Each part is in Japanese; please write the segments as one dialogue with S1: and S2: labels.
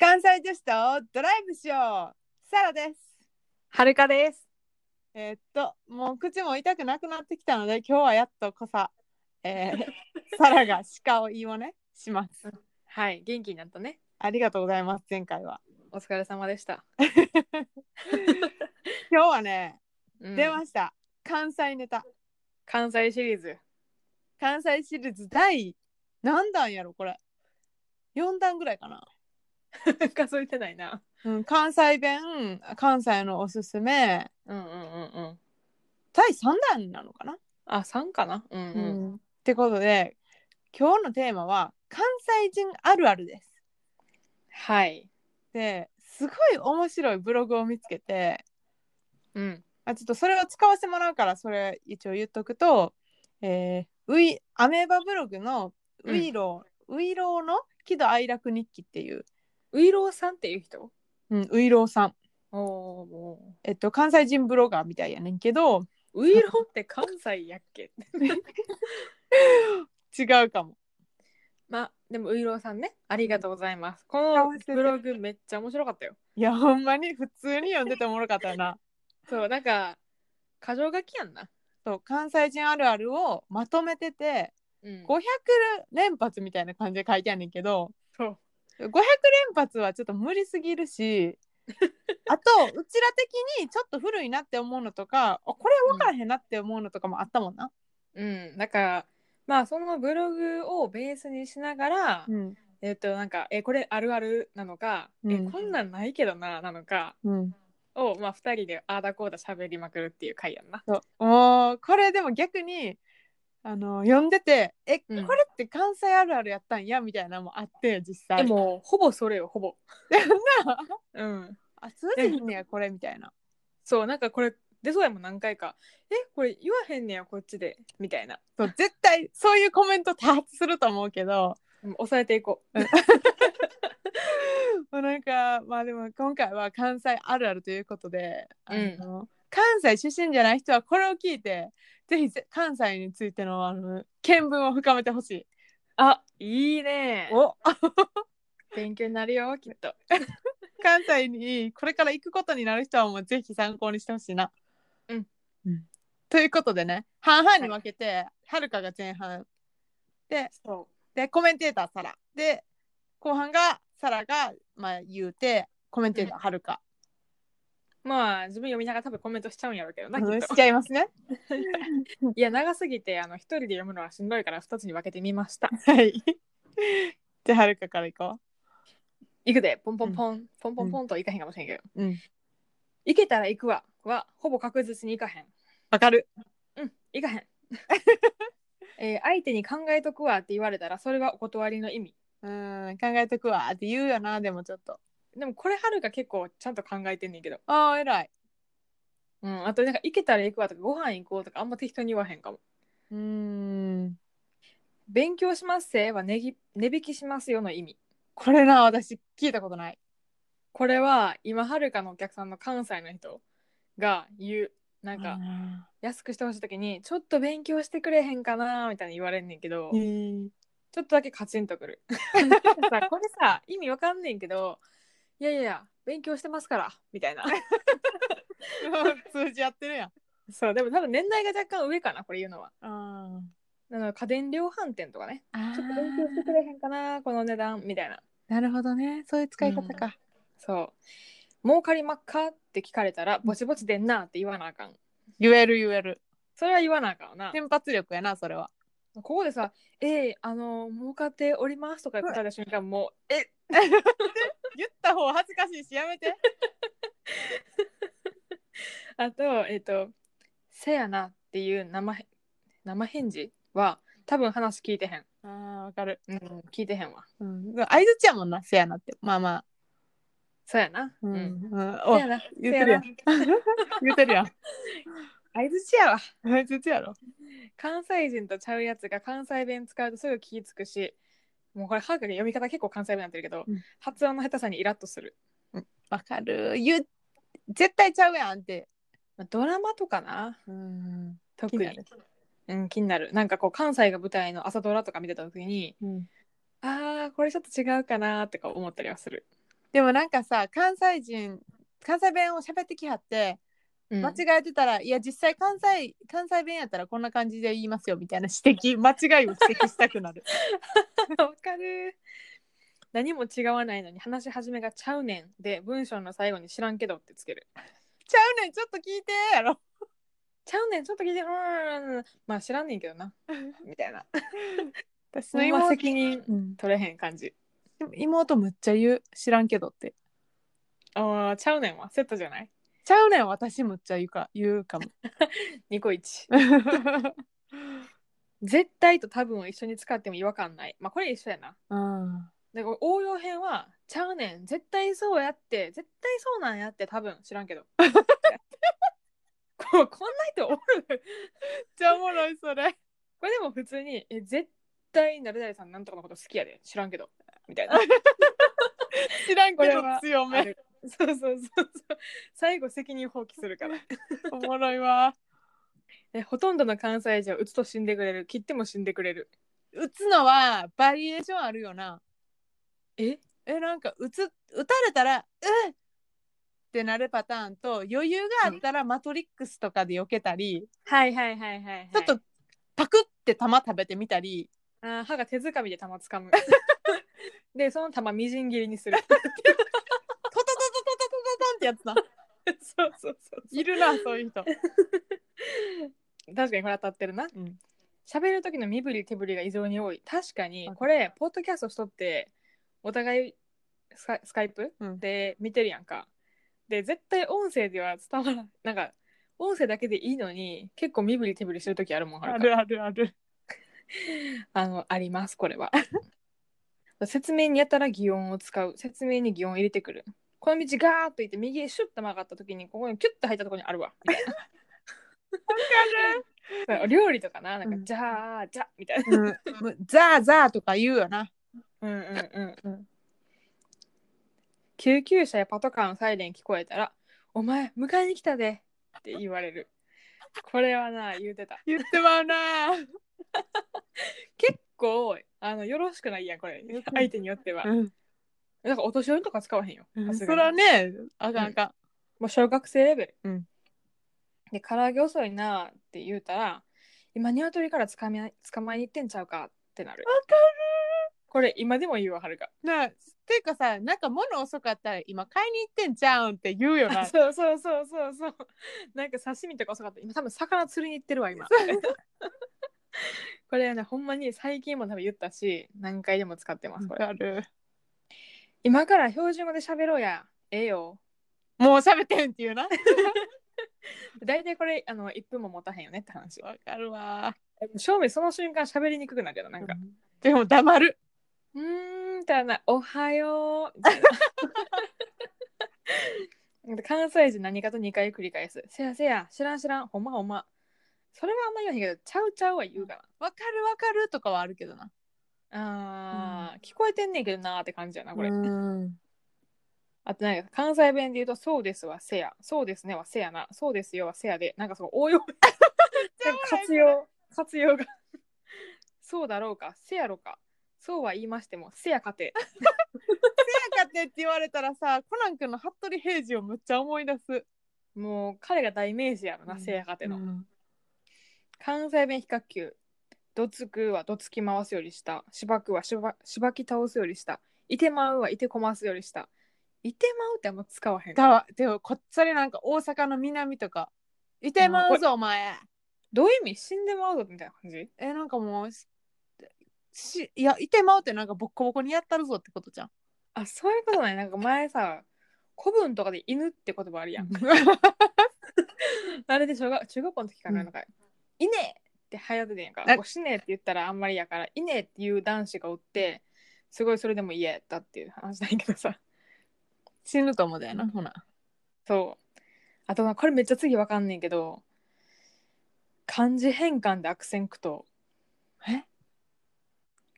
S1: ライ女子とドライブしようサラです
S2: はるかです。
S1: えーっともう口も痛くなくなってきたので今日はやっとこさ、え ーサラが鹿を言いをねします
S2: はい、元気になったね。
S1: ありがとうございます前回は
S2: お疲れ様でした。
S1: 今日はね、
S2: うん
S1: 出ました関西ネタ
S2: 関西シリーズ。
S1: 関西シリーズ第何弾やろこれ4弾ぐらいかな
S2: 数えてないな。
S1: うん、関西弁関西のおすすめ
S2: うんうんうんうん。
S1: 第3弾なのかな、
S2: あ、三かな。うんう。
S1: うんんってことで今日のテーマは関西人あるあるです。
S2: はい。
S1: ですごい面白いブログを見つけて
S2: うん。
S1: あちょっとそれを使わせてもらうからそれ一応言っとくと、えーウイアメーバブログのウイロー、ウイローの喜怒哀楽日記っていう、
S2: ウイローさんっていう人。
S1: うん、ウイローさん、
S2: おお、も
S1: えっと、関西人ブロガーみたいやねんけど
S2: う。ウイローって関西やっけ。
S1: 違うかも。
S2: まあ、でもウイローさんね。ありがとうございます。こ
S1: 合わせ
S2: の
S1: て
S2: ブログめっちゃ面白かったよ。
S1: いやほんまに普通に読んでておもろかったよな。
S2: そう、なんか。箇条書きやんな。
S1: そう関西人あるあるをまとめてて
S2: うん
S1: 500連発みたいな感じで書いてあんねんけど
S2: そう。
S1: 500連発はちょっと無理すぎる しあとうちら的にちょっと古いなって思うのとかあこれ分からへんなって思うのとかもあったもんな。
S2: うん、だから。まあ、そのブログをベースにしながら。
S1: うん
S2: えっとなんかえこれあるあるなのか、え
S1: うん
S2: こんなんないけどななのか
S1: うん、
S2: を、まあ、2人でああだこうだ喋りまくるっていう回やんな。
S1: そうもうこれでも逆にあの読んでて「えこ
S2: う
S1: れ
S2: ん
S1: って関西あるあるやったんや」みたいなのもあって実際。
S2: でもほぼそれよほぼ。
S1: な
S2: うん、
S1: あ通じひんねやこれみたいな。
S2: そうなんかこれ出そうやもん何回か「えこれ言わへんねやこっちで」みたいな
S1: そう絶対そういうコメント多発すると思うけど
S2: うん抑えていこう。
S1: もうなんかまあでも今回は関西あるあるということで、あの関西出身じゃない人はこれを聞いてぜひぜ関西についてのあの見聞を深めてほしい。
S2: あいいね
S1: お
S2: 勉強になるよきっと。
S1: 関西にこれから行くことになる人はもうぜひ参考にしてほしいな。
S2: うん
S1: うんということでね半々に分けて、はるかが前半で
S2: そ
S1: でコメンテーターサラで後半がサラが、まあ、言うてコメンテーターはるか、
S2: うまあ自分読みながら多分コメントしちゃうんやろうけどなきっ
S1: し
S2: と
S1: ち。ゃいます ね。
S2: いや長すぎてあの一人で読むのはしんどいから2つに分けてみました。
S1: はい。 じゃあはるかから行こ
S2: いくでポンポンポン、ポンポンポンといかへんかもしれんけど。
S1: う。うん。
S2: 行けたら行くわはほぼ確実に行かへん。
S1: わかる。
S2: うん、行かへん。 えー相手に考えとくわって言われたらそれはお断りの意味。
S1: うん、考えとくわって言うよな、でもちょっと。
S2: でもこれはるか結構ちゃんと考えてんねんけど。
S1: ああ、偉い。
S2: うん、あとなんか行けたら行くわとかご飯行こうとかあんま適当に言わへんかも。
S1: うーん。
S2: 勉強しますせは値引値引きしますよの意味。
S1: これな、私聞いたことない。
S2: これは今はるかのお客さんの関西の人が言う。なんか安くしてほしい時にちょっと勉強してくれへんかなみたいに言われんねんけ
S1: へ
S2: ど。
S1: ー
S2: ちょっとだけカチンと くる。なんかさこれさ意味わかんねんけどいやいやいや勉強してますからみたい な
S1: 通じ合ってるやん。
S2: そうでも多分年代が若干上かなこれ言うのは
S1: あ
S2: なので家電量販店とかね
S1: あ
S2: ちょっと勉強してくれへんかなこの値段みたいな
S1: なるほどね。そういう使い方か。
S2: そう儲かりまっかって聞かれたらぼちぼちでんなって言わなあかん
S1: 言える言える。
S2: それは言わなあかんわな
S1: 瞬発力やな、それは。
S2: ここでさ「えー、あの儲かっております」とか答えた瞬間もう「え
S1: 言った方恥ずかしいし、やめて。
S2: あと、えっ、と、せやなっていう生へ生返事は、多分話聞いてへん。
S1: ああ、わかる。
S2: うん、聞いてへんわ。
S1: うん。相づちやもんな、せやなって。まあまあ。
S2: そうやな。
S1: う。
S2: うんん。
S1: うん、
S2: せ
S1: お
S2: やな。
S1: 言っ
S2: せ
S1: て
S2: や
S1: るや
S2: な。
S1: ん。 言ってるや ん。
S2: 相づちやわ。
S1: 相づちやろ。
S2: 関西人とちゃうやつが関西弁使うとすぐ気ぃつくし、もうこれ、ハークが読み方結構関西弁になってるけど、
S1: うん
S2: 発音の下手さにイラッとする。
S1: わかる言う絶対ちゃうやんって
S2: まあドラマとかな、
S1: うん
S2: 特
S1: 気に
S2: に。
S1: なる
S2: うん、気になる。なんかこう、関西が舞台の朝ドラとか見てた時に、あー、これちょっと違うかなーとか思ったりはする。
S1: でもなんかさ関西人関西弁を喋ってきはって
S2: うん
S1: 間違えてたら、いや実際関西関西弁やったらこんな感じで言いますよみたいな指摘 間違いを指摘したくなる
S2: わかる。何も違わないのに話し始めがちゃうねんで文章の最後に知らんけどってつける。
S1: ちゃうねんちょっと聞いてやろ
S2: ちゃうねんちょっと聞いてうーんまあ知らんねんけどなみたいな。
S1: 私
S2: そ
S1: の
S2: のま
S1: 妹,、
S2: 責任
S1: うん、
S2: 取れへん感じ。
S1: でも妹むっちゃ言う知らんけどって
S2: ああちゃうねんはセットじゃない
S1: ちゃうねん私むっちゃ言うか言うかも
S2: ?2 個1。絶対と多分を一緒に使っても違和感ない。まあこれ一緒やな。
S1: うん
S2: で応用編はちゃうねん絶対そうやって絶対そうなんやって多分知らんけど。ここんな人おる
S1: めっちゃおもろいそれ
S2: これでも普通に「え絶対誰々さんなんとかのこと好きやで知らんけど」みたいな
S1: 知らん
S2: こ
S1: け
S2: れ
S1: ど
S2: は
S1: 強
S2: あ
S1: め
S2: るそうそうそうそう最後責任放棄するから
S1: おもろいわ
S2: えほとんどの関西人は打つと死んでくれる切っても死んでくれる
S1: 打つのはバリエーションあるよな
S2: え
S1: えなんか打つ打たれたら「うん!」ってなるパターンと余裕があったら「マトリックス」とかで避けたり、
S2: はいはいはいはい、はい、
S1: ちょっとパクって玉食べてみたり
S2: あー歯が手づかみで玉つかむ でその玉みじん切りにする
S1: トトトトトトトトンってやつな
S2: そうそうそうそう
S1: いるなそういう人、
S2: 確かにこれ当たってるな
S1: うん、
S2: 喋る時の身振り手振りが異常に多い確かに
S1: うん
S2: これポッドキャストしとってお互いスカスカイプ
S1: うん
S2: で見てるやんか、で絶対音声では伝わらんなんか音声だけでいいのに結構身振り手振りしてる時あるもんは
S1: あ
S2: るか
S1: るあるある
S2: あのありますこれは 説明にやたら擬音を使う説明に擬音を入れてくるこの道ガーッと行って右へシュッと曲がった時にここにキュッと入ったところにあるわみたいなお 料理とかななんか、
S1: うん
S2: じゃあじゃみたいな
S1: うんもうザーザーとか言うよな
S2: うんうんうんうん救急車やパトカーのサイレン聞こえたら「お前迎えに来たで」って言われるこれはな言うてた
S1: 言ってま うな
S2: 結構あのよろしくないやんこれ
S1: よくない
S2: 相手によっては
S1: うん
S2: なんかお年寄りとか使わへんよさ
S1: そ
S2: すがに
S1: らねあかんあかん、
S2: もう小学生レベル、
S1: うん
S2: で唐揚げ遅いなって言うたら今鶏からつかみ捕まえに行ってんちゃうかってなる
S1: わかる
S2: これ今でも言うわはるか
S1: なていうかさなんか物遅かったら今買いに行ってんじゃうんって言うよな
S2: そうそうそうそうそう。なんか刺身とか遅かった。今多分魚釣りに行ってるわ今。これはねほんまに最近も多分言ったし何回でも使ってますこれ。
S1: わかる
S2: 今から標準語で喋ろうや。ええよ。
S1: もう喋ってんっていうな
S2: 大体これあの1分も持たへんよねって話。
S1: わかるわ
S2: 正面その瞬間喋りにくくなるよななんか。
S1: でも黙る
S2: うーんみたいなおはようみたいな。なんか関西人何かと2回繰り返す。せやせや、知らん知らん、ほんまほんま。それはあんま言わへんけど、ちゃうちゃうは言うかな。
S1: わかるわかるとかはあるけどな
S2: あー、聞こえてんねんけどなーって感じやなこれ、
S1: うん
S2: あとなんか関西弁で言うと「そうです」は「せや」「そうですね」は「せやな」「そうですよ」は「せやで」なんかその応用なんか活用活用が「そうだろうか」「せやろか」「そうは言いましても」「せやかて
S1: せやかてって言われたらさコナン君の服部平次をむっちゃ思い出す」
S2: もう彼が代名詞やろな
S1: う
S2: 「
S1: ん
S2: せやかての」
S1: うん
S2: 関西弁比較級どつくはどつき回すより下しばくはしばしばき倒すより下いてまうはいてこますより下いてまうってあんま使わへん
S1: だわでもこっそりなんか大阪の南とか「いてまうぞお前
S2: どういう意味死んでまうぞみたいな感じ」
S1: えなんかもうしいやいてまうってなんかボッコボコにやったるぞってことじゃん
S2: あそういうことねなんか前さ古文とかで犬って言葉あるやん あれで小学中学校の時かな,、
S1: うん
S2: なんか「いねえ!」って流行ってたやんか
S1: あ
S2: 「おしねえ」って言ったらあんまりやから「いねえ!」っていう男子がおってすごいそれでも嫌やったっていう話なんやけどさ
S1: 死ぬと思うだよなほな
S2: そうあとなこれめっちゃ次わかんねんけど漢字変換で悪戦苦闘
S1: え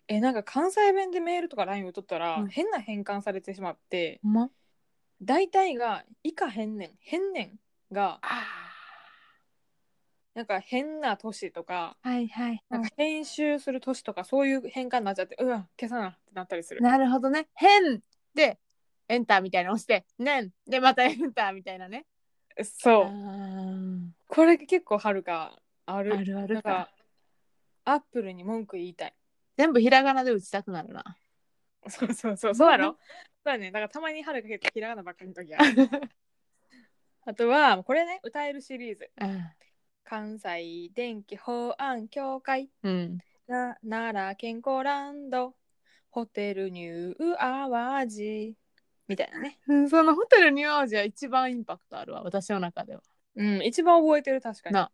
S2: えなんか関西弁でメールとか LINE 打っとったら、
S1: うん
S2: 変な変換されてしまって
S1: ほんま
S2: 大体が「いかへんねん」「へんねん」が
S1: あ
S2: なんか変な年とか
S1: ーはいはい
S2: なんか編集する年とかそういう変換になっちゃってうわ消さなってなったりする
S1: なるほどね変でエンターみたいなの押して「ねん」でまたエンターみたいなね。あ
S2: そう
S1: ー
S2: これ結構はるかある
S1: あるあ
S2: な
S1: る
S2: んか
S1: か。
S2: アップルに文句言いたい
S1: 全部ひらがなで打ちたくなるな。
S2: そうそうそうそうやろそうやねだからたまにはるか結構ひらがなばっかりの時 あるあとはこれね歌えるシリーズ関西電気法案協会
S1: うん。
S2: な奈良健康ランドホテルニューアワージみたいなね
S1: うんそのホテルニューアージは一番インパクトあるわ私の中では。
S2: うん一番覚えてる確かに
S1: な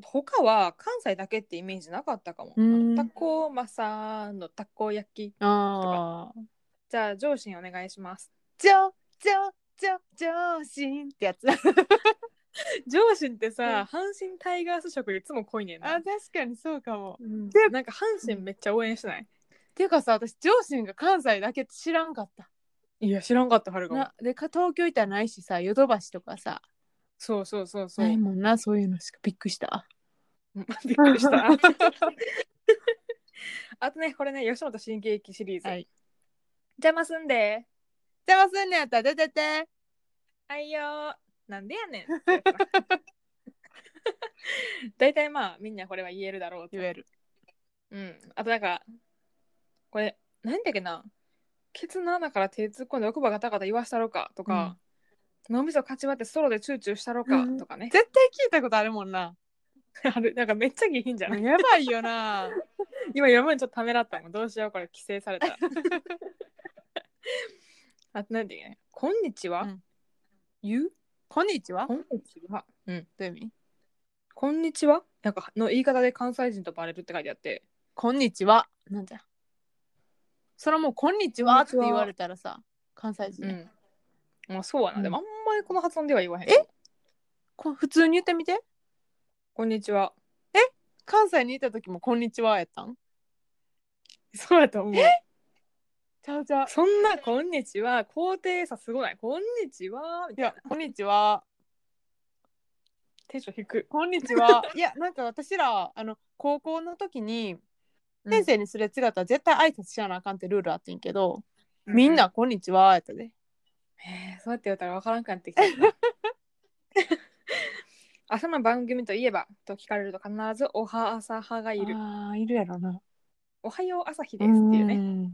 S2: 他は関西だけってイメージなかったかも
S1: うん
S2: たこまさんのたこ焼き
S1: ああ。
S2: じゃあ上司にお願いします
S1: じょじょじょ上心ってやつ。
S2: 上司って
S1: さ
S2: さ阪神タイガース色いつも濃いねん な
S1: あ確かにそうかも。
S2: でなんか阪神めっちゃ応援してない
S1: ていうかさ私上心が関西だけって知らんかった。
S2: いや知らんかったはるかも
S1: なでか東京行ったらないしさヨドバシとかさ
S2: そうそうそうそう
S1: ない もんなそういうのしかびっくりした。
S2: うんびっくりした あとねこれね吉本新喜劇シリーズ、
S1: はい
S2: 邪魔すんで
S1: 邪魔すんねやったら出てて。
S2: はいよーなんでやねんってやつな 大体まあみんなこれは言えるだろうと
S1: 言える。
S2: うん、あとなんかこれ何だっけなケツの穴から手突っ込んで奥歯ガタガタ言わしたろかとか、脳みそかち割ってソロでチューチューしたろかとかね、
S1: 絶対聞いたことあるもんな。
S2: あるなんかめっちゃ下品じゃない
S1: やばいよ な。
S2: 今読むのちょっとためらったもんどうしようこれ規制されたら あと何だっけ「こんにちは」
S1: うん
S2: 言う
S1: こんにちは。
S2: こんにちは」うん
S1: どういう意味
S2: 「こんにちは」なんかの言い方で関西人とバレるって書いてあって
S1: こんにちは。なんじゃ。それはもうこんにちはって
S2: こんにちは
S1: 言われたらさ、関西人
S2: う
S1: や、
S2: んまあそうやな、
S1: うん
S2: でもあんまりこの発音では言わへん
S1: えこ普通に言ってみて。
S2: こんに ちは
S1: 関西にいた時もこんにちはやったん
S2: そうやと思う
S1: ちゃうちゃう。
S2: そんな「こんにちは」肯定さすごない「こんにちは」み
S1: い
S2: たいな
S1: や、こんにちは。
S2: テンション低く
S1: こんにち は。いや、なんか私ら、あの、高校の時に、先生にすれ違ったら絶対挨拶しやなあかんってルールあってんけど、みんな、こんにちはやったで。
S2: えーそうやって言ったら分からんくなってきた な朝の番組といえばと聞かれると必ず「おはあさはがいる」
S1: ああ、いるやろな。
S2: 「おはよう朝日
S1: で
S2: ですす」
S1: っ
S2: ってて
S1: い
S2: いうう
S1: ね
S2: ね。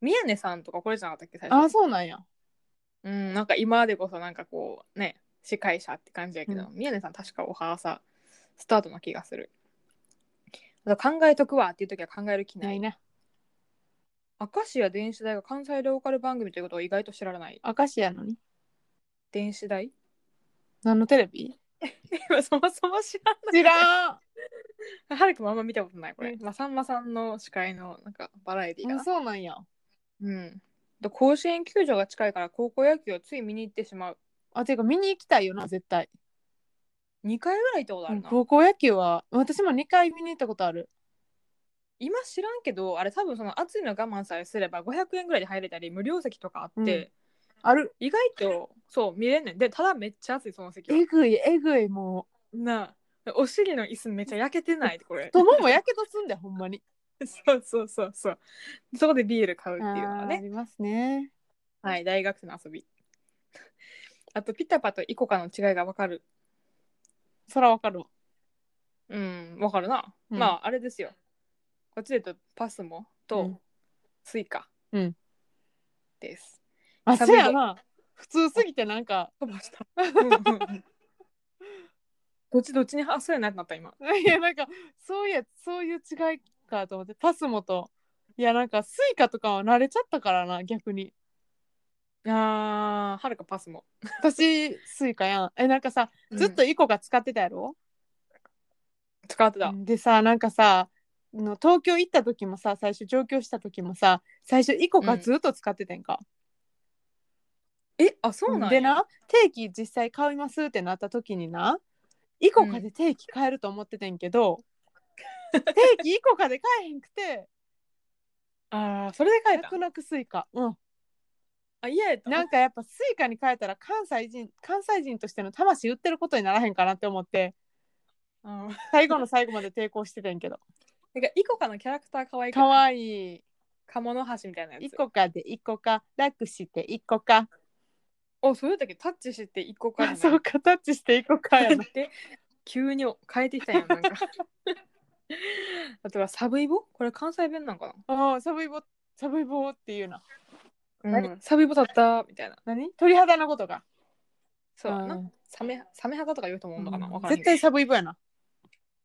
S2: 宮根さんとかこれじゃなかったっけ最
S1: あ
S2: 初
S1: あ、そうなんや。
S2: うんなんか今でこそなんかこうね司会者って感じやけど、
S1: う
S2: 宮根さん確か「おはあさ」スタートな気がするあと考えとくわっていう時は考える気ない
S1: な。
S2: 明石家電子大が関西ローカル番組ということを意外と知らない
S1: 明石やのに。
S2: 電子 大
S1: 何のテレビ
S2: そもそ も知ら
S1: 知らん。
S2: んはるくもあんま見たことないこれ、
S1: うん
S2: まあ、さんまさんの司会のなんかバラエティーか
S1: あ
S2: な
S1: そうなんや。
S2: うんと甲子園球場が近いから高校野球をつい見に行ってしまう
S1: あ、ていうか見に行きたいよな、絶対。
S2: 2回ぐらい行ったことあるな、
S1: 高校野球は、私も2回見に行ったことある。
S2: 今知らんけどあれ多分その暑いの我慢さえすれば500円ぐらいで入れたり無料席とかあって、
S1: ある。
S2: 意外とそう見れんねんでただめっちゃ暑いその席は
S1: えぐい、えぐい、も
S2: なあお尻の椅子めっちゃ焼けてないこれ
S1: う。太ももやけどすんだよ、ほんまに。
S2: そうそうそうそう。そこでビール買うっ
S1: あ
S2: ていうのが
S1: ーあ
S2: ね。
S1: りますね。
S2: はい、大学生の遊び。あと、ピタパとイコカの違いがわかる。
S1: そらわかるわ。
S2: うん、わかるな。
S1: うん
S2: まあ、あれですよ。こっちで言うと、パスモ
S1: う
S2: と
S1: ん
S2: スイカ
S1: うん
S2: です。
S1: あ、
S2: サ
S1: そ
S2: ブ
S1: やな。普通すぎてなんか、
S2: 飛ばした。 どっちどっちにあそうやなってなった今。
S1: いや、なんか、そういや、そういう違いかと思って、パスモと、いや、なんか、スイカとかは慣れちゃったからな、逆に。
S2: あーはるかパスモ。
S1: 私、スイカやん。え、なんかさ、ずっと
S2: うん
S1: イコが使ってたやろ、
S2: 使ってた。
S1: でさなんかさの東京行った時もさ最初上京した時もさ最初イコカずっと使っててんか、
S2: えあそうなんや
S1: でな定期実際買いますってなった時になイコカで定期買えると思っててんけど、定期イコカで買えへんく て
S2: あーそれで書い
S1: 泣
S2: た
S1: く。泣くスイカうん
S2: あ嫌やった。
S1: なんかやっぱスイカに変えたら関西人関西人としての魂売ってることにならへんかなって思って
S2: うん
S1: 最後の最後まで抵抗しててんけど
S2: てかイコカのキャラクター可愛い
S1: か
S2: い
S1: わいい
S2: 鴨の橋みたいなや
S1: 一
S2: つ。
S1: 個かで一個か楽して一個か
S2: お、そういう時タッチして一個かじゃ
S1: あ
S2: ない。
S1: そうかタッチして一個か やな
S2: で急に変えてきたんやんなんかあとはサブイボこれ関西弁なんか
S1: あーサブイボサブイボっていうな
S2: な、うん、サブイボだったみたいな
S1: 何鳥肌のことか
S2: そうやな、
S1: うん
S2: サメサメ肌とか言うと思うのかな、わからんけ
S1: 絶
S2: ど
S1: 対サブイボやな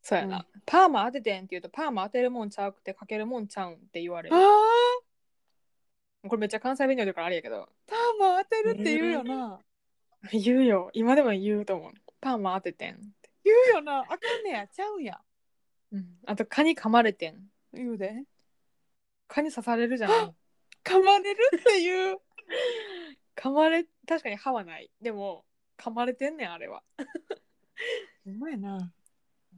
S2: そうやな、パーマ当ててんって言うとパーマ当てるもんちゃうくてかけるもんちゃうんって言われ
S1: あ
S2: る
S1: ー
S2: これめっちゃ関西弁に言うからあれやけど
S1: パーマ当てるって言うよな
S2: 言うよ今でも言うと思うパーマ当ててんって、
S1: 言うよなあかんねやちゃうんや
S2: うん、あと蚊に噛まれてん
S1: 言うで
S2: 蚊に刺されるじゃ ない
S1: 噛まれるっていう
S2: 噛まれ確かに歯はないでも噛まれてんねんあれは
S1: うまいな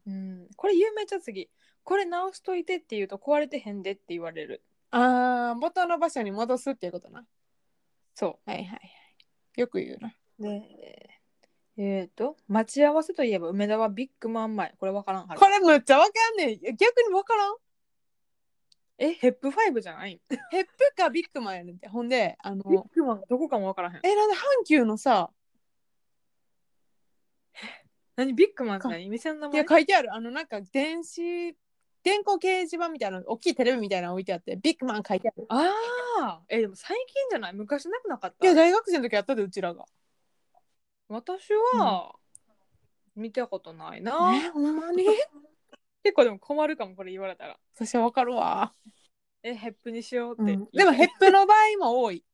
S2: うん、これ有名じゃ次これ直しといてって言うと壊れてへんでって言われる
S1: あー元の場所に戻すっていうことな
S2: そ
S1: はいはいはいよく言うな
S2: うでえっ、と待ち合わせといえば梅田はビッグマン前これ分からんはる
S1: これむっちゃわかんねえ逆にわからん
S2: えヘップファイブじゃない
S1: ヘップかビッグマンやねんってほんであの
S2: ビッグマンどこかも分からへん
S1: えなんで阪急のさ
S2: 何ビッグマンって
S1: か
S2: 何店の名
S1: いや
S2: 前
S1: 書いてあるあのなんか電子電光掲示板みたいな大きいテレビみたいなの置いてあってビッグマン書いてある
S2: ああえでも最近じゃない昔なくなかっ
S1: い
S2: た
S1: や大学生の時やったでうちらが
S2: 私は、見たことないな、
S1: えほんまに
S2: 結構でも困るかもこれ言われたら
S1: 私はわかるわ、
S2: えヘップにしようって、
S1: でもヘップの場合も多い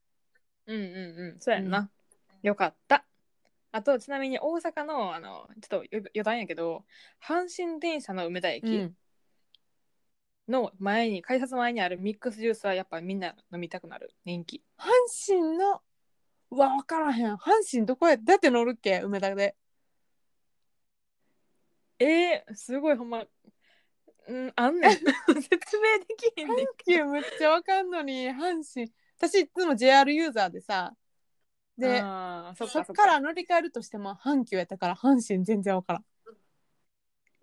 S2: うんうんうん、そうやんな。よかった。あと、ちなみに大阪の、あの、ちょっと余余談やけど、阪神電車の梅田駅の前に、改札前にあるミックスジュースはやっぱみんな飲みたくなる。人気。
S1: 阪神のうわ分からへん阪神どこやだって乗るっけ梅田で
S2: えー、すごいほんま、うん、あ んねん。説明できへんねん。
S1: いやむっちゃ分かんのに阪神私いつも JR ユーザーでさで
S2: あー
S1: そ
S2: そ
S1: っ
S2: っかそっか
S1: から乗り換えるとしても阪急やったから阪神全然分からん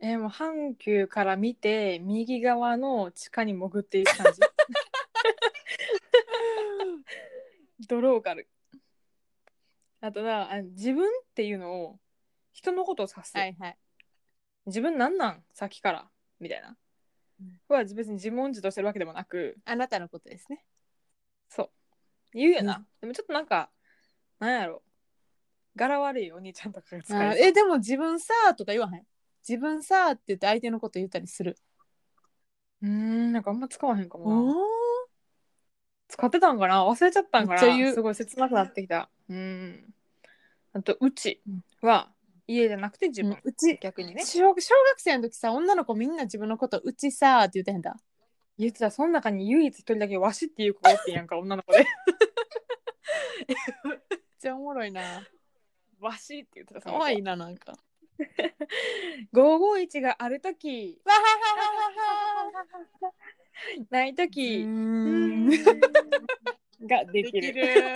S2: えーもう阪急から見て、右側の地下に潜っていく 感じ。ドローカル。あとな、あ自分っていうのを人のことを指す。
S1: はいはい
S2: 自分なんなんさっきからみたいな。
S1: うん
S2: これは別に自問自答してるわけでもなく、
S1: あなたのことですね
S2: そう。言うよな。でもちょっとなんか、なんやろ。柄悪いお兄ちゃんとかが使
S1: あ
S2: え
S1: ー
S2: る。
S1: えでも自分さーとか言わへん自分さーって言って相手のこと言ったりする
S2: うーん、なんかあんま使わへんかも
S1: お
S2: な。
S1: ー
S2: 使ってたんかな忘れちゃったんかな
S1: めっちゃ言う
S2: すごい切なくなってきた。うーん。あと、うちは家じゃなくて自分。
S1: うち
S2: 逆にね。
S1: 小小学生の時さ女の子みんな自分のことうちさーって言ってへんだ
S2: 言ってたその中に唯一一人だけわしっていう子がおってんやんか女の子 で
S1: めっちゃおもろいな
S2: わしって言ってたその
S1: 可
S2: 子
S1: 愛いななんか
S2: 551がある時
S1: わははははは
S2: ない
S1: ー
S2: 時
S1: ん
S2: ができる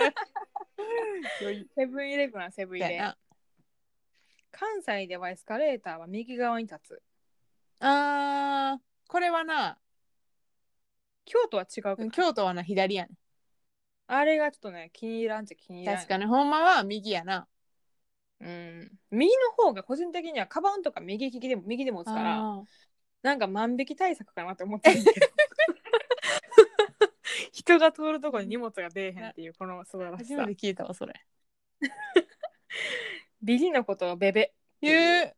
S1: 余裕
S2: セブンイレブンはセブンイ
S1: だ
S2: レ
S1: よ
S2: ブン
S1: な
S2: 関西ではエスカレーターは右側に立つ
S1: あーこれはな
S2: 京都は違うけど
S1: 京都はな左やね
S2: あれがちょっとね気に入らんっちゃ気に入らん
S1: 確かにほんまは右やな
S2: うん右の方が個人的にはカバンとか右利きでも右でも打つから
S1: あー
S2: なんか万引き対策かなって思ってるんだ けど人が通るとこに荷物が出えへんっていうこの素晴らし
S1: 初
S2: さ
S1: めて聞いたわそれ
S2: ビリのことをベベ
S1: 言う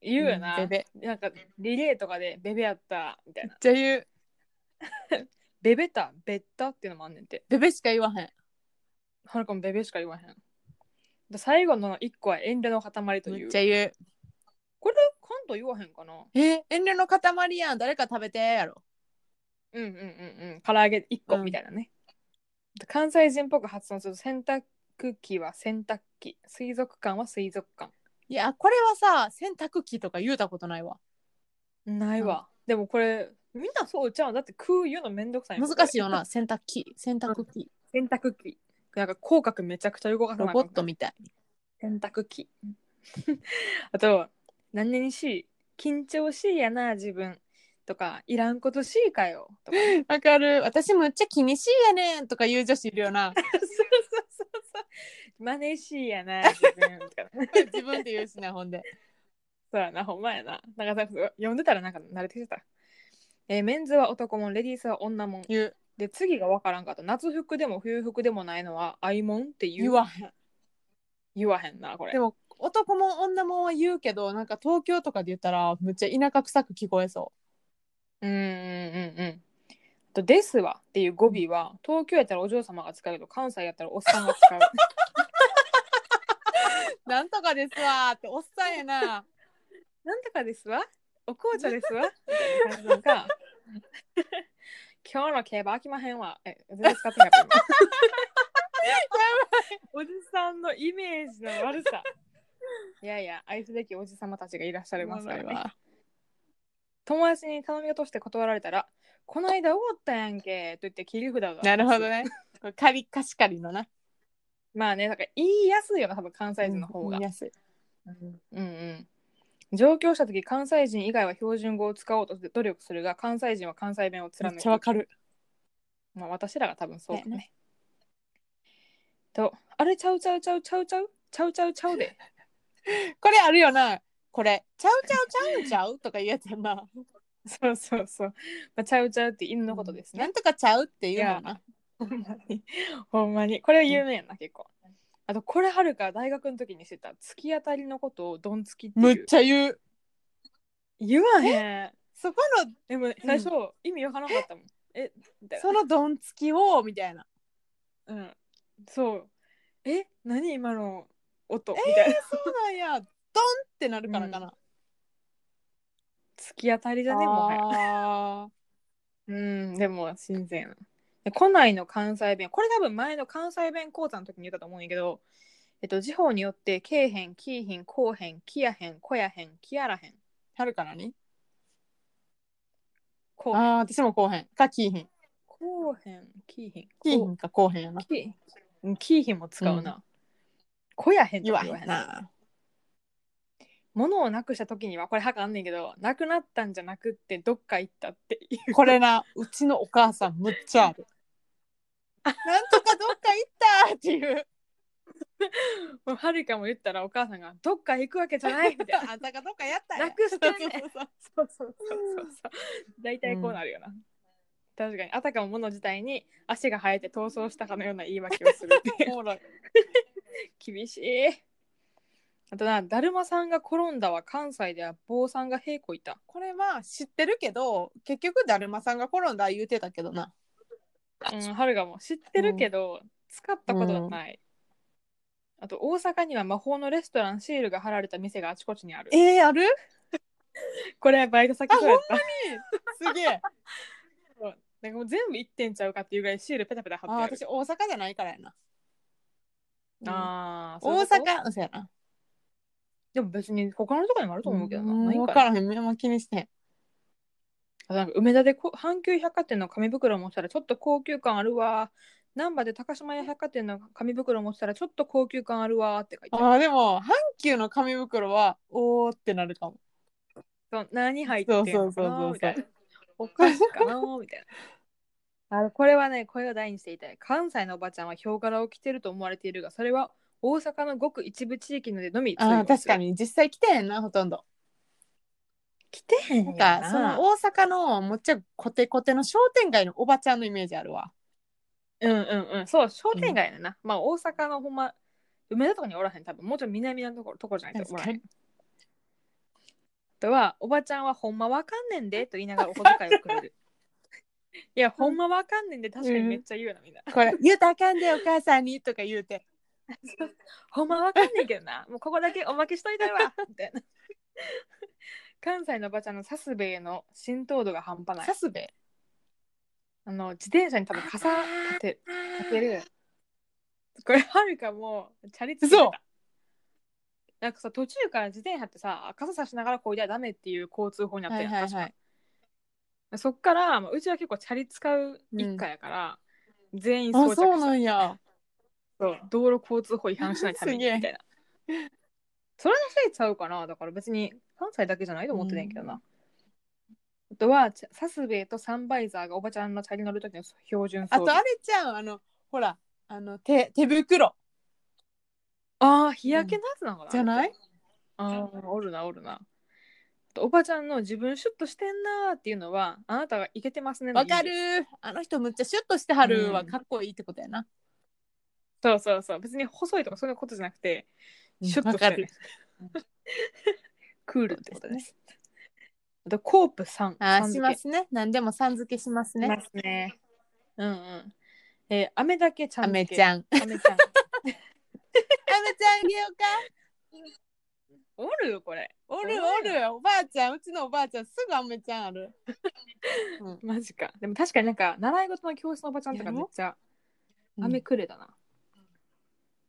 S2: 言うよな、
S1: んベベ
S2: なんかリレーとかでベベやったみたいな
S1: じゃあ言う
S2: ベベたベッタっていうのもあんねんて
S1: ベベしか言わへん
S2: はるかもベベしか言わへんで最後の一個は遠慮の塊と
S1: め
S2: い
S1: っ
S2: う
S1: ちゃ言う
S2: これ関東言わへんかな
S1: え遠慮の塊やん誰か食べてやろ
S2: うんうんうんうん唐揚げ一個
S1: うん
S2: みたいなね、関西人っぽく発音すると洗濯機は洗濯機水族館は水族館
S1: いやこれはさ洗濯機とか言うたことないわ
S2: ないわ、でもこれみんなそうちゃうんだって空言うのめんどくさい
S1: 難しいよ
S2: な
S1: な洗濯機洗濯機
S2: 洗濯機なんか口角めちゃくちゃ動かさ
S1: ロ
S2: なあ
S1: ボ
S2: かん
S1: ットみたい
S2: 洗濯機 あと何々しい緊張しいやな自分とか、いらんことしいかよ とか。
S1: わかる。私むっちゃ気にしいやねんとか言う女子いるよな。
S2: そうそうそうそう。マネしいやな、自分とか。
S1: 自分で言うしな、ほんで。
S2: そうやな、ほんまやな。なんか、読んでたらなんか慣れてきてた。えーメンズは男もん、レディースは女もん。
S1: 言う。
S2: で、次がわからんかった。夏服でも冬服でもないのは、あいもんって言う。
S1: 言わへん。
S2: 言わへんな、これ。
S1: でも男も女もは言うけど、なんか東京とかで言ったらむっちゃ田舎臭く聞こえそ
S2: うんうんうんうん。あと、ですわっていう語尾は、東京やったらお嬢様が使うけど、関西やったらおっさんが使う。
S1: う。なんとかですわーっておっさんやな。
S2: なんとかですわ。お紅茶ですわ。みたいな感じなんか。 今日の競馬飽きまへんわ。え、全然使ってない。や ばい。おじさんのイメージの悪さ。いやいや、愛すべきおじさまたちがいらっしゃいますからね。友達に頼みをとして断られたら、この間終わったやんけと言って切り札が。
S1: なるほど。ね。これカリカシカリのな。
S2: まあね、なんか言いやすいよな、多分関西人の方が
S1: 言い。やすい
S2: うんうん。上京した時関西人以外は標準語を使おうと努力するが関西人は関西弁を
S1: め
S2: 貫
S1: っ
S2: い
S1: ちゃわかる。
S2: まあ私らが多分そうだ
S1: だよ
S2: ね。と、あれちゃうちゃうちゃうちゃうちゃうちゃうちゃうちゃうで。
S1: これあるよな。これ、ちゃうちゃうちゃうんちゃうとか言うやつやんな。
S2: そうそうそう。まあ、ちゃうちゃうって犬のことです
S1: な
S2: ね。
S1: んとかちゃうって言うもんな。
S2: ほんまに。ほんまに。これ有名やな、結構。あと、これはるか大学の時にしてた突き当たりのことをどんつきって
S1: む
S2: いう
S1: っ。ちゃ言う。
S2: 言わへん。
S1: そこの、
S2: でも最初、意味わからなかったもん。え、みたいな
S1: そのどんつきを、みたいな。
S2: うん。そう。え、何今の音みたいな。
S1: そうなんや。ドンってなるからかな。
S2: 突き当たりじゃね、もはや。
S1: あ
S2: うん、でも、新鮮。で古内の関西弁、これ多分前の関西弁講座の時に言ったと思うんやけど、えっと、地方によって、けえへん、きいへん、こうへん、きやへん、こやへん、きやらへん、
S1: ーはるかなに
S2: こうへん、
S1: ああ、私もこうへん。か、きいひん。
S2: こうへん、きいへん、
S1: きいひ
S2: こ
S1: んか、こうへんやな
S2: う。きいうんきいへんも使うな。こやへんと
S1: 言わ
S2: か
S1: へ
S2: 言わへ
S1: ん
S2: んな。
S1: な。
S2: 物をなくした時には、これはかあんねんけど、なくなったんじゃなくって、どっか行ったっていう。
S1: これな、うちのお母さん、むっちゃある。なんとかどっか行ったっていう。
S2: もうはるかも言ったらお母さんが「どっか行くわけじゃない」みたいな
S1: あんたがどっかやったんや
S2: なくしたね
S1: そうそうそう
S2: そうそう そうそうそう大体こうなるよな、確かにあたかも物自体に足が生えて逃走したかのような言い訳をするっ
S1: そ
S2: て
S1: う
S2: い
S1: おもろい。
S2: う厳しいあとなだるまさんが転んだは関西では坊さんが平子いた
S1: これは知ってるけど結局だるまさんが転んだ言うてたけどな
S2: うんはるかも知ってるけど、使ったことがない、あと大阪には魔法のレストランシールが貼られた店があちこちにある
S1: えー、ある
S2: これバイト先そうやった
S1: すげえ
S2: そうなんかもう全部いってんちゃうかっていうぐらいシールペタペタ貼
S1: あ
S2: って
S1: ー
S2: ある
S1: 私大阪じゃないからやな、
S2: あー
S1: うん
S2: そういう
S1: 大
S2: こと
S1: 阪そうやな
S2: でも別に他のとこにもあると思うけどな。ない
S1: 分
S2: か
S1: かららへんあんま気にしてへん
S2: あなんか梅田でこ阪急百貨店の紙袋持ったらちょっと高級感あるわ。難波で高島屋百貨店の紙袋持ったらちょっと高級感あるわって書いてある。
S1: あーでも阪急の紙袋はおーってなるかも
S2: そう何入ってんのか
S1: そうそうそうそ
S2: な
S1: う
S2: みたいな。お菓子かな みたいな。あこれはね、声を大にしていたい。関西のおばちゃんはヒョウ柄を着てると思われているが、それは大阪のごく一部地域のでのみ通用
S1: あー確
S2: する
S1: か。に実際来てへんなほとんど
S2: 着てへんよ
S1: なんかその大阪のもっちゃコテコテの商店街のおばちゃんのイメージあるわ
S2: うんうんうん、そう、商店街だな。まあ、大阪のほんま、梅田とかにおらへん、多分もうちょっと南のところところじゃないとおらへん。あ
S1: 確
S2: とは、おばちゃんはほんまわかんねんでと言いながらお小遣いをくれ る。いや、ほんまわかんねんで、確かにめっちゃ言うな、みんな。
S1: これ言うたらあかんでお母さんにとか言うて
S2: ほんまわかんねんけど な。もうここだけおまけしといたるわ、みたいな。関西のおばちゃんのサスベへの浸透度が半端ない
S1: さ。すべ
S2: あの、自転車に多分傘
S1: あ
S2: 立て立てる。これはるかもチャリつけて
S1: 嘘
S2: た。なんかさ途中から自転車ってさ傘さしながらこいではダメっていう交通法になっ
S1: は
S2: て
S1: い
S2: る、
S1: はい
S2: 確
S1: はい
S2: かそっから、まあ、うちは結構チャリ使う一家やから、全員装
S1: あ
S2: 着し
S1: そう
S2: た
S1: なんや
S2: そう道路交通法違反しないために
S1: すげえ
S2: みたいな。それのせいちゃうかなだから別に関西だけじゃないと思ってないけどな。あとはちゃサスベイとサンバイザーがおばちゃんのチャリ乗る時の標準装
S1: あと
S2: 備
S1: あれちゃんあのほらあの手手袋
S2: ああ日焼けのやつなのかな、
S1: じゃない
S2: ああおるなおるなあとおばちゃんの自分シュッとしてんなーっていうのはあなたがイケてますねの
S1: わか
S2: 意味
S1: るあの人むっちゃシュッとしてはる
S2: う
S1: は
S2: ん
S1: かっこいいってことやな、
S2: そうそうそう別に細いとかそういうことじゃなくて
S1: うん
S2: シュッとして
S1: わか
S2: る
S1: る
S2: クールってことですあとコープさん
S1: あ
S2: さん
S1: ー
S2: 付
S1: し
S2: け
S1: ますね何でもさん付けします
S2: いま
S1: ね
S2: すね。うんうん。えー、雨だけちゃ
S1: あ
S2: ん
S1: め
S2: 付け。
S1: ちゃんあめち
S2: ん。ちゃん。
S1: ゃんあげようか
S2: おるよ、これ。
S1: お
S2: お
S1: るお
S2: 前
S1: るおばあちゃんうちのおばあちゃんすぐあめちゃんある、うん
S2: マジか。でも確かになんか、習い事の教室のおばちゃんとか
S1: やろ
S2: めっちゃ、
S1: うん
S2: 雨くれだな。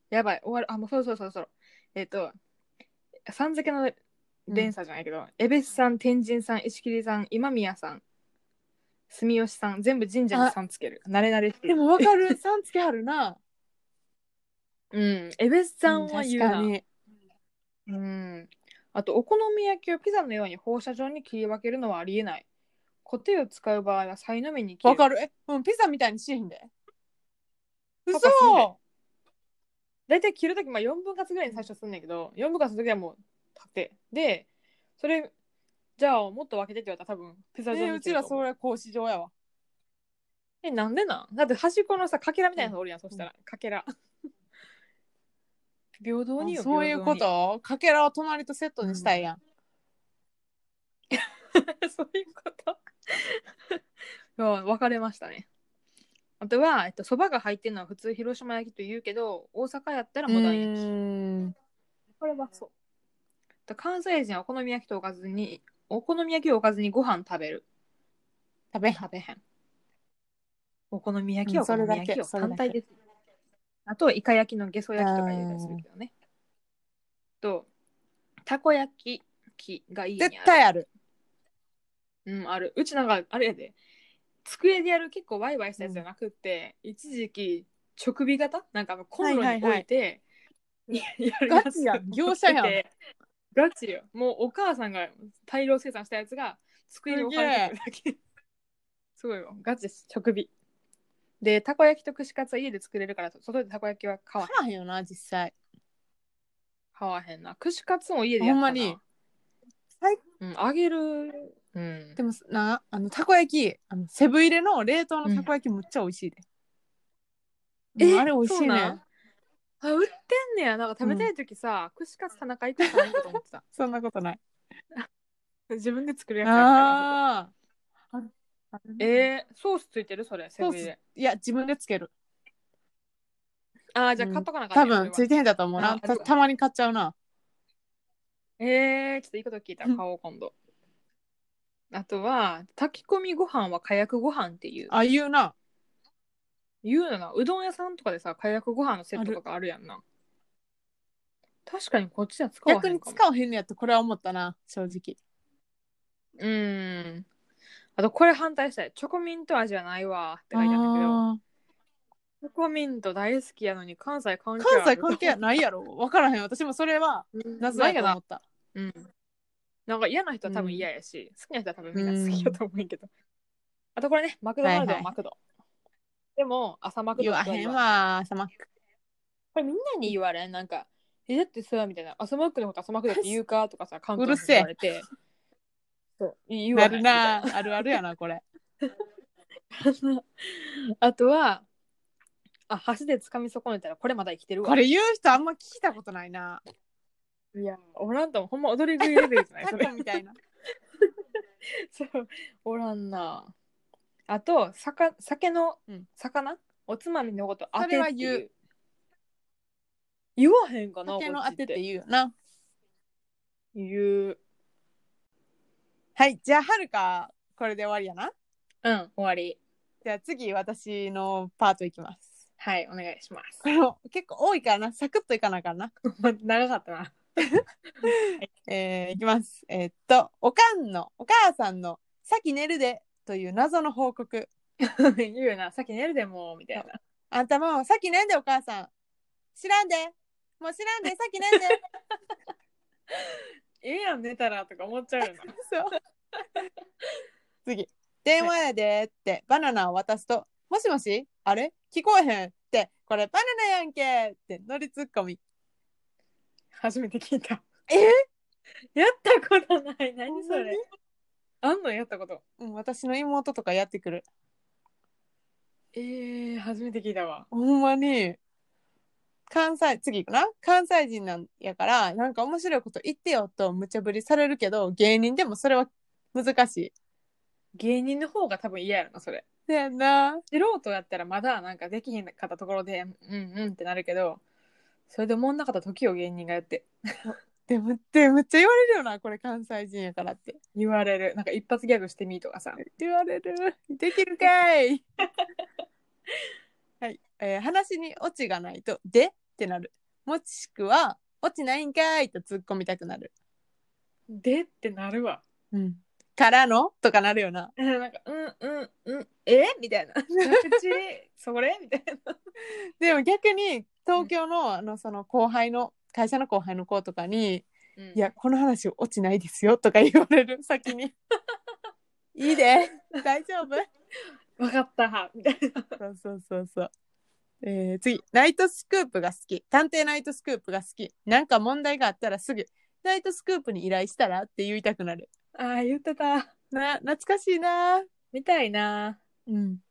S2: やばい、終わる。あ、もうそうそうそうそう。えっ、と、さん付けの連鎖じゃないけど、えべさん、天神さん、石切さん、今宮さん、住吉さん、全部神社にさんつける。慣れ慣れしい
S1: でもわかるさん付けはるな
S2: うん。えべさんは言うな。
S1: 確かに
S2: うん。あと、お好み焼きをピザのように放射状に切り分けるのはありえない。コテを使う場合はサイの目に切
S1: わ
S2: る。
S1: かるえうんピザみたいにしへんで
S2: パ
S1: 嘘
S2: パすんで大体切るとき、まあ、4分割ぐらいに最初すんねんけど、4分割のときはもう縦。で、それ、じゃあもっと分けてって言われたら多分ピザ状
S1: え
S2: に
S1: う
S2: 切
S1: ち
S2: る
S1: ら
S2: と思う。
S1: それ格子状やわ
S2: え、なんでなんだって端っこのさ、かけらみたいなのおるやん、そしたら。かけら。 平等によ
S1: あそういうこ。
S2: 平
S1: とかけらを隣とセットにしたいやん、
S2: 等に そういうこと。いや分かれましたね。あとは、えっと、そばが入ってるのは普通広島焼きと言うけど、大阪やったらモダン焼き。
S1: ん
S2: これはそう。と関西人はお好み焼きとおかずに、お好み焼きをおかずにご飯食べる。
S1: 食べへん
S2: 食べへん。お好み焼きは
S1: う
S2: お
S1: んそ
S2: 好
S1: れ
S2: み
S1: だけ
S2: 焼きを
S1: それだけ
S2: 単体です。あと、イカ焼きのゲソ焼きとか入れたりするけどね。と、たこ焼き器がいい
S1: 絶対ある
S2: うん、ある。うちなんか、あれやで、机でやる結構ワイワイしたやつじゃなくって、一時期、直火型なんかあのコンロに置いて、やる
S1: ガチやん業者やん
S2: 持っててガチよ。もうお母さんが大量生産したやつが、机に置かれてるだけ。すごいよ。ガチです。直火。で、たこ焼きと串カツは家で作れるから、外でたこ焼きは買わへん
S1: 買わへんよな実際
S2: 買わへんな。串カツも家でやったな。
S1: ほんまに最
S2: うん、揚げる。うん。
S1: でもなあのたこ焼きあのセブ入れの冷凍のたこ焼きむっちゃ美味しいで、
S2: え
S1: うんあれ美味しい
S2: そう
S1: ね
S2: なんあ売ってんねやなんか食べたい時さ、串カツ田中行ってたのかと思ってた
S1: そんなことない
S2: 自分で作るやつやから
S1: あーあ
S2: えー、ソースついてるそれセ
S1: ソ
S2: ブ
S1: ー
S2: ン
S1: ス
S2: で
S1: いや自分でつける
S2: あーじゃあ買っとかなかっ
S1: 多
S2: たね、それは
S1: 分ついてへんだと思う
S2: あ
S1: な
S2: そう
S1: た
S2: か
S1: たまに買っちゃうな
S2: えー、ちょっといいこと聞いた買おう今度あとは炊き込みご飯は火薬ご飯っていう
S1: あ言うな
S2: 言うのなうどん屋さんとかでさ火薬ご飯のセットとかあるやんな確かにこっちは使わへんか
S1: 逆
S2: も
S1: に使わへんのやってこれは思ったな正直
S2: うーんあとこれ反対したいチョコミント味はないわって書いてあるんだけど
S1: あー
S2: チョコミント大好きやのに関西関係
S1: 関
S2: あ
S1: 西
S2: る
S1: 関係ないやろ分からへん私もそれは謎
S2: な
S1: だ
S2: いや
S1: と
S2: な
S1: 思った
S2: うん、なんか嫌な人は多分嫌やし、好きな人は多分みんな好きやと思うけど、あとこれねマクドナルド
S1: はいは
S2: はいマクド、でも朝マクド
S1: 言
S2: と
S1: わ
S2: か
S1: へんわさま
S2: これみんなに言われんなんか「えだってさ」みたいな「朝マックのこと朝マクドって言うか?」とかさ関東の人に言われてそう言わ
S1: な
S2: れ
S1: る
S2: ん
S1: なあるあるやなこれ
S2: みたいな あとはあ箸で掴み損ねたらこれまだ生きてるわ
S1: これ言う人あんま聞いたことない ない
S2: やおらんともほんま踊り食いレベルじゃない
S1: タ
S2: それ
S1: コみたいな
S2: そうおらんなあとさか酒の、
S1: うん
S2: 魚おつまみのこと当
S1: そ
S2: て
S1: れ
S2: っ
S1: は
S2: て
S1: 言う
S2: いう言わへんかな
S1: 酒の
S2: こ
S1: あ
S2: ち
S1: てって言うよな
S2: 言う
S1: はいじゃあはるかこれで終わりやな
S2: うん終わり
S1: じゃあ次私のパートいきます
S2: はいお願いしま
S1: これも結構多いからなサクッといかなあかんな
S2: す長かったな
S1: えー、いきます。えーっと、おかんの、お母さんの、さっき寝るで、という謎の報告。
S2: 言うよなさっき寝るでもうみたいな
S1: あんたもう、さっき寝んで、お母さん。知らんで。もう知らんで、さっき寝んで。
S2: ええやん寝たらとか思っちゃうよな
S1: そう。次電話やでってバナナを渡すと「もしもしあれ聞こえへん」って「これバナナやんけ」って乗りツッコミ
S2: 初めて聞いた。
S1: え
S2: やったことな
S1: ほ
S2: い。
S1: んま
S2: 何
S1: に
S2: それ。あんのやったこと。
S1: うん、私の妹とかやってくる
S2: ええ初めて聞いたわ。
S1: ほんまに関西次かな関西人なんやからなんか面白いこと言ってよと無茶ぶりされるけど芸人でもそれは難しい
S2: 芸人の方が多分嫌やろな、それ。
S1: せやな
S2: 素人やったらまだなんかできへんかったところで、うんうんってなるけど、それでもんなかった時を芸人がやって
S1: でもってめっちゃ言われるよなこれ関西人やからって
S2: 言われる。なんか一発ギャグしてみとかさ。
S1: 言われるできるか いはい、えー話にオチがないと「で?」ってなるもしくは「オチないんかい」と突っ込みたくなる、
S2: でってなるわ。
S1: うん、からのとかなるよな
S2: えーなんか、うんうんうん、えみた いな。口、それみたいな。
S1: でも逆に東京のあのその後輩の会社の後輩の子とかに「いや、この話落ちないですよ」とか言われる先 に「いいで大丈夫?
S2: わかった。みたいな。」
S1: そうそうそうそう。えー次「ナイトスクープが好き」「探偵ナイトスクープが好き」「なんか問題があったらすぐナイトスクープに依頼したら?」って言いたくなる。
S2: ああ、言ってた。
S1: な懐かしいな
S2: みたいな。
S1: うん。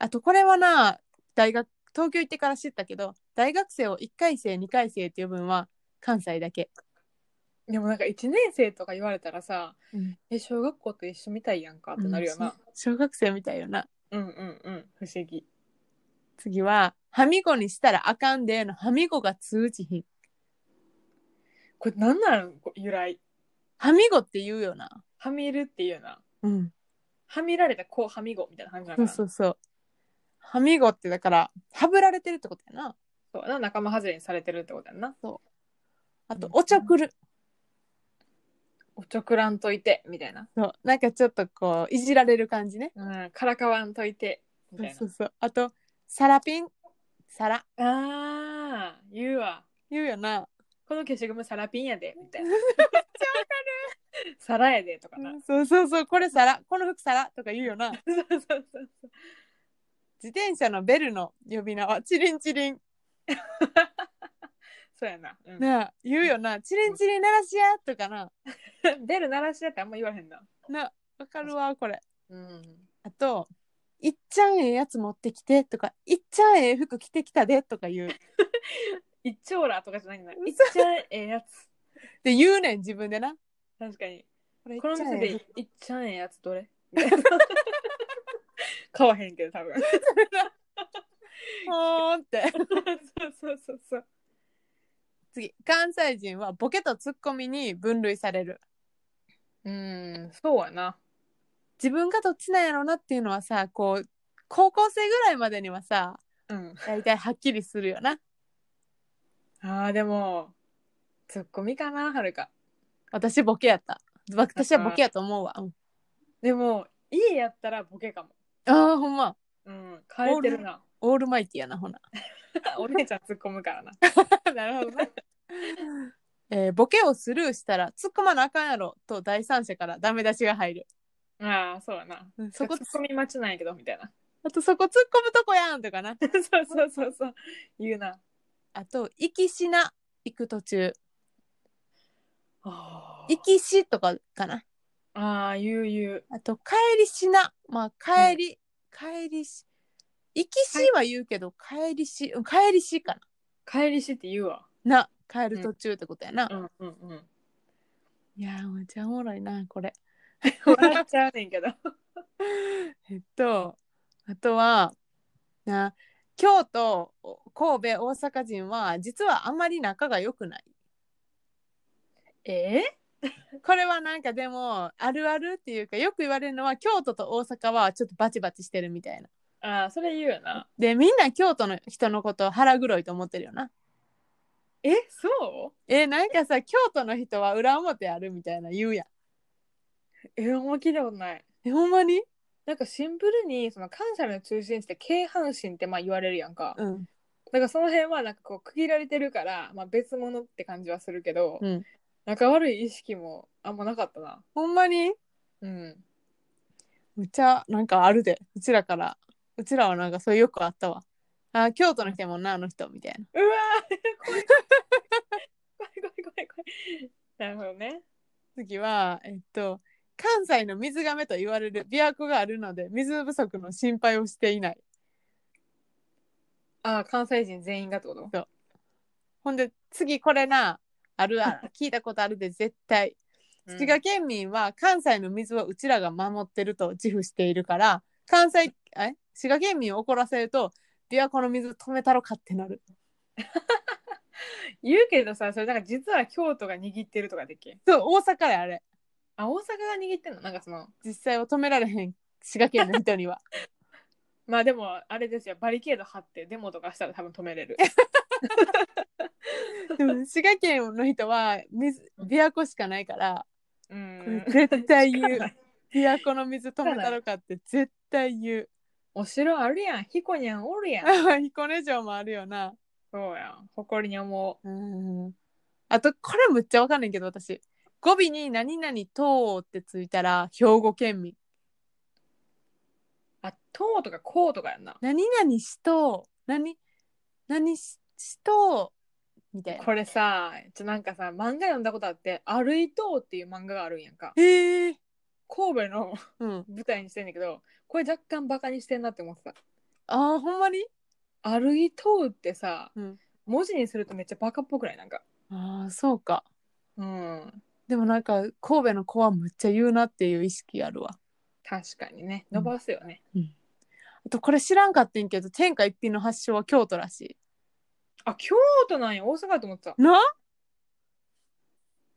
S1: あとこれはな大学東京行ってから知ったけど大学生を1回生2回生っていう分は関西だけ。
S2: でもなんか1年生とか言われたらさ、
S1: うん
S2: え、小学校と一緒みたいやんかってなるよな。
S1: 小学生みたいよな。
S2: うんうんうん。不思議。
S1: 次は「はみごにしたらあかんで」の「はみごが通じひん」
S2: これなんなのこ由来。
S1: 「はみご」って言うよな。
S2: はみるっていうな。
S1: うん、
S2: はみられたこうはみごみたいな感じなのか
S1: そう
S2: な。
S1: そうそう。はみごってだからはぶられてるってことやな。
S2: そうやな仲間外れにされてるってことやんな。
S1: あと「
S2: うん
S1: おちょくる
S2: おちょくらんといて、みたいな。」
S1: そうなんかちょっとこういじられる感じね。
S2: うん、からかわんといて、み
S1: そ
S2: た
S1: う
S2: いな
S1: そ。うそうあと「さらぴん」「さら
S2: ああ、言うわ。」
S1: 言うよな。
S2: この消しゴムサラピンやで、みたいな。めっちゃわかる。サラやで、とかな。
S1: そうそうそうこれ「さら」「この服さら」とか言うよな。
S2: そうそうそうそう。
S1: 自転車のベルの呼び名は「チリンチリン
S2: そうやな。う」ん、
S1: なあ言うよな「チリンチリン鳴らしや」とかな。
S2: ベル鳴らしだってあんま言わへんな。
S1: なわかるわこれ。
S2: うん。
S1: あと「いっちゃんええやつ持ってきて」とか「いっちゃんええ服着てきたで」とか言う。
S2: 一丁羅とかじゃないんだ。
S1: 嘘
S2: 一ちゃんええやつ。
S1: で言うねん自分でな。
S2: 確かに。
S1: これ
S2: この店
S1: いっち
S2: で一ちゃんええやつどれみたいな買わへんけど、多分。
S1: ゃんええほーんって。
S2: そうそうそうそう。
S1: 次関西人はボケとツッコミに分類される。
S2: うん、そうやな。
S1: 自分がどっちなんやろうなっていうのはさこう高校生ぐらいまでにはさ
S2: うん。
S1: 大体はっきりするよな。
S2: ああ、でも、ツッコミかな、はるか。
S1: 私ボケやった。私はボケやと思うわ。うん
S2: でも、家やったらボケかも。
S1: ああほんま。
S2: うん、変えてるな。
S1: オールマイティやな、ほな。
S2: お姉ちゃん突っ込むからな。
S1: なるほどね。 えーボケをスルーしたら突っ込まなあかんやろと第三者からダメ出しが入る。
S2: ああ、そうやな。
S1: うんそ
S2: そこ
S1: こ
S2: 突っ込み待ちなんやけど、みたい な。
S1: あとそこ突っ込むとこやんとかな。
S2: そうそうそうそう。言うな。
S1: あと、行きしな、行く途中。
S2: あ
S1: 行きしとかかな。
S2: あー、言う言う。
S1: あと、帰りしな。まあ、帰り、帰りし。行きしは言うけど、帰りし、うん帰りしか
S2: 帰りしって言うわ。
S1: な。な、帰る途中ってことやな。
S2: うんうんうん。
S1: いやー、めっちゃおもろいな、これ。
S2: 笑っちゃうねんけど。
S1: えっと、あとは、な、京都、神戸、大阪人は、実はあんまり仲が良くない。
S2: ええ
S1: これはなんかでも、あるあるっていうか、よく言われるのは、京都と大阪はちょっとバチバチしてるみたいな。
S2: ああ、それ言うよな。
S1: で、みんな京都の人のことを腹黒いと思ってるよな。
S2: え、そ
S1: え、なんかさ、京都の人は裏表あるみたいな言うやん。
S2: うえ、あんま聞いたことない。
S1: え、ほんまに
S2: なんかシンプルにその関西の中心地って京阪神ってまあ言われるやんか。
S1: うん。
S2: だからその辺はなんかこう区切られてるから、まあ、別物って感じはするけど、
S1: うん。
S2: 仲悪い意識もあんまなかったな。
S1: ほんまに
S2: うん。
S1: むっちゃなんかあるでうちらからうちらはなんかそれよくあったわあ京都の人やもんなあの人みたいな
S2: うわー怖い怖い怖い怖い怖いなるほどね
S1: 次はえっと関西の水がめと言われる琵琶湖があるので水不足の心配をしていない
S2: ああ関西人全員がってこと
S1: ほんで次これなあるある聞いたことあるで絶対滋賀県民は関西の水はうちらが守ってると自負しているから関西え滋賀県民を怒らせると琵琶湖の水止めたろかってなる
S2: 言うけどさそれなんか実は京都が握ってるとかでっけ
S1: そう大阪やあれ
S2: あ大阪が握ってんのなんかその
S1: 実際は止められへん滋賀県の人 には
S2: まあでもあれですよバリケード張ってデモとかしたら多分止めれる
S1: でも滋賀県の人は水琵琶湖しかないから
S2: う
S1: これ
S2: ん
S1: 絶対言う
S2: わかん ない
S1: 琵琶湖の水止めたろかって絶対言う
S2: お城あるやんヒコニャンおるやん
S1: あ彦根城もあるよな
S2: そうやん誇りに思
S1: うんあとこれむっちゃわかんないけど私語尾に「何々と」ってついたら兵庫県民
S2: うあとうとかこうとかやんな
S1: 「何々しとう」「何何ししとう」みたいな
S2: これさちょなんかさ漫画読んだことあって「歩いとう」っていう漫画があるんやんか
S1: へえ
S2: 神戸の
S1: うん
S2: 舞台にしてんだけどこれ若干バカにしてんなって思ってた
S1: あーほんまに
S2: 「歩いとう」ってさ、
S1: うん
S2: 文字にするとめっちゃバカっぽくないなんか
S1: ああそうか
S2: うん
S1: でもなんか神戸の子はむっちゃ言うなっていう意識あるわ
S2: 確かにね
S1: うん
S2: 伸ばすよね、
S1: あとこれ知らんかってんけど天下一品の発祥は京都らしい
S2: あ京都なんや大阪やと思ってた
S1: な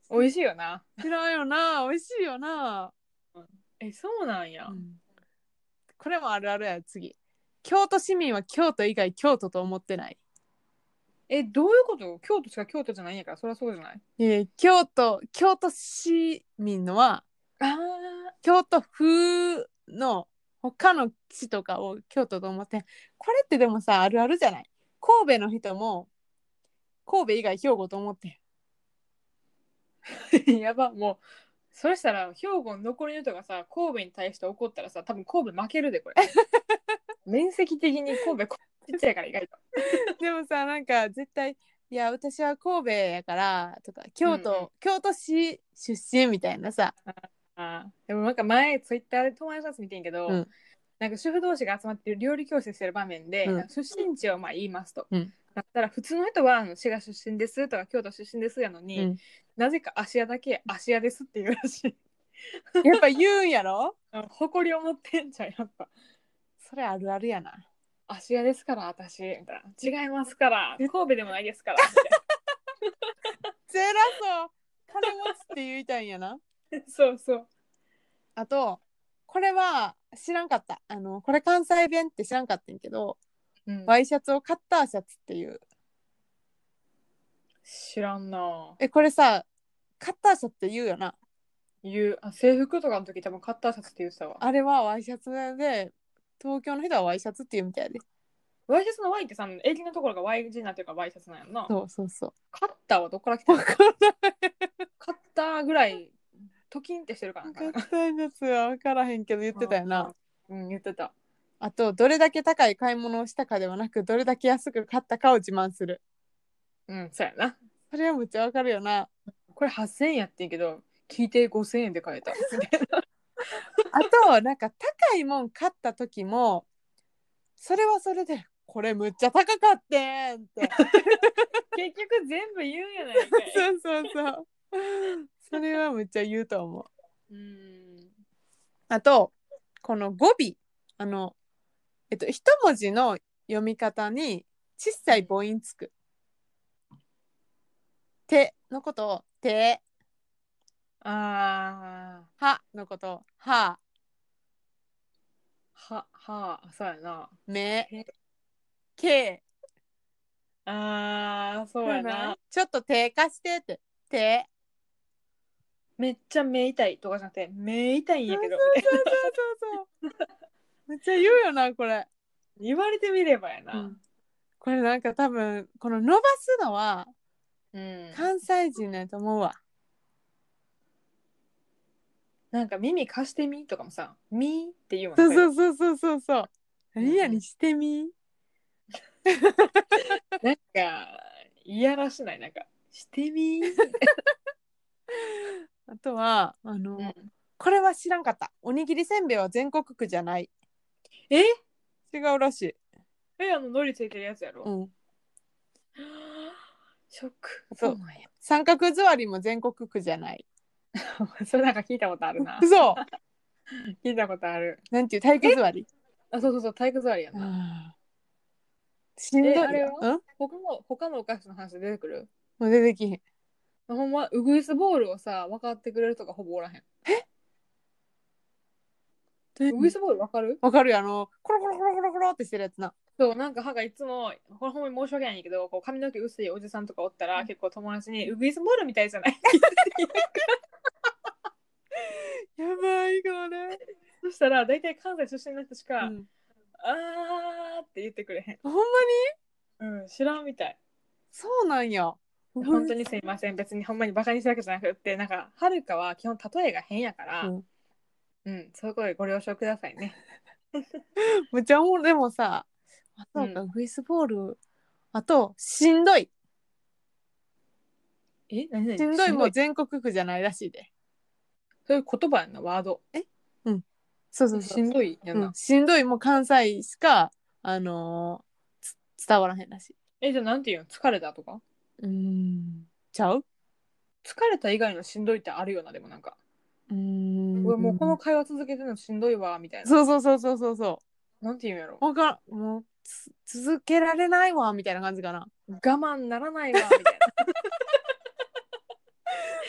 S2: 美味しいよな
S1: 知らんよな美味しいよな、
S2: えそうなんや、
S1: これもあるあるや次京都市民は京都以外京都と思ってない
S2: えどういうこと京都しか京都じゃないんやからそりゃそうじゃない
S1: えー京都京都市民のは
S2: あ
S1: 京都風の他の市とかを京都と思ってこれってでもさあるあるじゃない神戸の人も神戸以外兵庫と思ってん
S2: ー やばもうそれしたら兵庫の残りの人がさ神戸に対して怒ったらさ多分神戸負け るでこれ面積的に神戸こちっちゃいから意外と
S1: でもさなんか絶対「いや私は神戸やから」とか「京都、
S2: うんうん
S1: 京都市出身」みたいなさ
S2: あーでもなんか前ツイッターで友達のやつ見てんけど、
S1: うん
S2: なんか主婦同士が集まってる料理教室してる場面で、
S1: うん
S2: なんか出身地をまあ言いますと、
S1: うん
S2: だったら普通の人はあの滋賀出身ですとか京都出身ですやのに、
S1: うん
S2: なぜか芦屋だけ芦屋ですって言うらしい
S1: やっぱ言うんやろ
S2: あの誇りを持ってんじゃんやっぱ
S1: それあるあるやな。
S2: 芦屋ですから私みたいな違いますから神戸でもないですから
S1: ゼラそう金持ちって言いたいんやな。
S2: みたいなそうそう
S1: あとこれは知らんかったあのこれ関西弁って知らんかったんやけど、
S2: うん
S1: ワイシャツをカッターシャツっていう
S2: 知らんなぁ
S1: えこれさカッターシャツって言うよな
S2: 言うあ制服とかの時多分カッターシャツって言ってたわ
S1: あれはワイシャツで東京の人はワイシャツって言うみたいで
S2: ワイシャツの Y ってさ襟のところが Y 字になってるからワイシャツなんやんな
S1: そうそうそう
S2: カッターはどっから来た
S1: わ
S2: の
S1: かんない
S2: カッターぐらいトキンってしてるかなんか
S1: 分かったんですよ分からへんけど言ってたよな
S2: うん言ってた
S1: あとどれだけ高い買い物をしたかではなくどれだけ安く買ったかを自慢する
S2: うんそうやな
S1: それはむっちゃわかるよな
S2: これ8000円やってんけど聞いて5000円で買え た
S1: あとなんか高いもん買った時もそれはそれでこれむっちゃ高かってんって
S2: 結局全部言うやない かい
S1: そうそうそうそれはむっちゃ言うと思う
S2: うん
S1: あとこの語尾あのえっと一文字の読み方に小さい母音つく「手」のことを「手」
S2: あ
S1: 「は」のことを「は」
S2: ーははあそうやな
S1: 「め
S2: 手」
S1: 「け」
S2: あーそうやな
S1: ちょっと手貸してって「手」
S2: めっちゃ目痛いとかじゃなくて目痛いんやけど
S1: そうそうそう めっちゃ言うよなこれ、
S2: 言われてみればやな
S1: これなんか多分この伸ばすのは
S2: うん
S1: 関西人だと思うわ
S2: なんか耳貸してみとかもさ、みって言うもん
S1: そうそううそうそうそうそう。
S2: うん
S1: 何やにしてみ。
S2: なんか、いやらしない、なんか、してみ
S1: あとはあの、
S2: うん
S1: これは知らんかった。おにぎりせんべいは全国区じゃない。
S2: え
S1: 違うらしい。
S2: え、あの、のりついてるやつやろ。
S1: うん。
S2: ショック。
S1: そう
S2: なんや。
S1: 三角座りも全国区じゃない。
S2: それなんか聞いたことあるな。
S1: 嘘。
S2: 聞いたことある。
S1: なんていう体育座り。
S2: あ、そうそうそう、体育座りやな。
S1: あーしんどい
S2: えあれ
S1: よ。
S2: は
S1: うん。
S2: 他の、他のお菓子の話で出てくる
S1: もう出てきへん。
S2: ほんま、ウグイスボールをさ、分かってくれる人がほぼおらへん。ウグイスボール分かる
S1: わかるよあのコロコロコロコロコロってしてるやつな。
S2: そう、なんか歯がいつも、ほんまに申し訳ないんやけど、こう髪の毛薄いおじさんとかおったら、結構友達に、ウグイスボールみたいじゃない
S1: やばいこれ。
S2: そしたら、大体関西出身の人しか、
S1: うん
S2: あーって言ってくれへん。
S1: ほんまに
S2: うん、知らんみたい。
S1: そうなんや。
S2: 本当にすいません。別にほんまにバカにしたわけじゃなくって、なんか、はるかは基本例えが変やから、
S1: う
S2: うんん、そういうことでご了承くださいね。
S1: むっちゃおもろいでもさあそうか、
S2: う
S1: フェイスボールあとしんどい
S2: え何何
S1: しんどいも
S2: し
S1: 全国区じゃないらしいで
S2: そういう言葉やな、ワード。
S1: そうそうそう
S2: しんどいや
S1: う
S2: な。
S1: んしんどいも関西しかあのーつ伝わらへんらしい
S2: え、じゃあなんて言うの疲れたとか
S1: うんちゃう
S2: 疲れた以外のしんどいってあるよな、でもなんか。
S1: うん
S2: うわもうこの会話続けてるのしんどいわ、みたいな。
S1: そうそうそうそうそうそ
S2: なんて言うんやろ
S1: う。わからんもうつ続けられないわみたいな感じかな
S2: 我慢ならないわ、みたい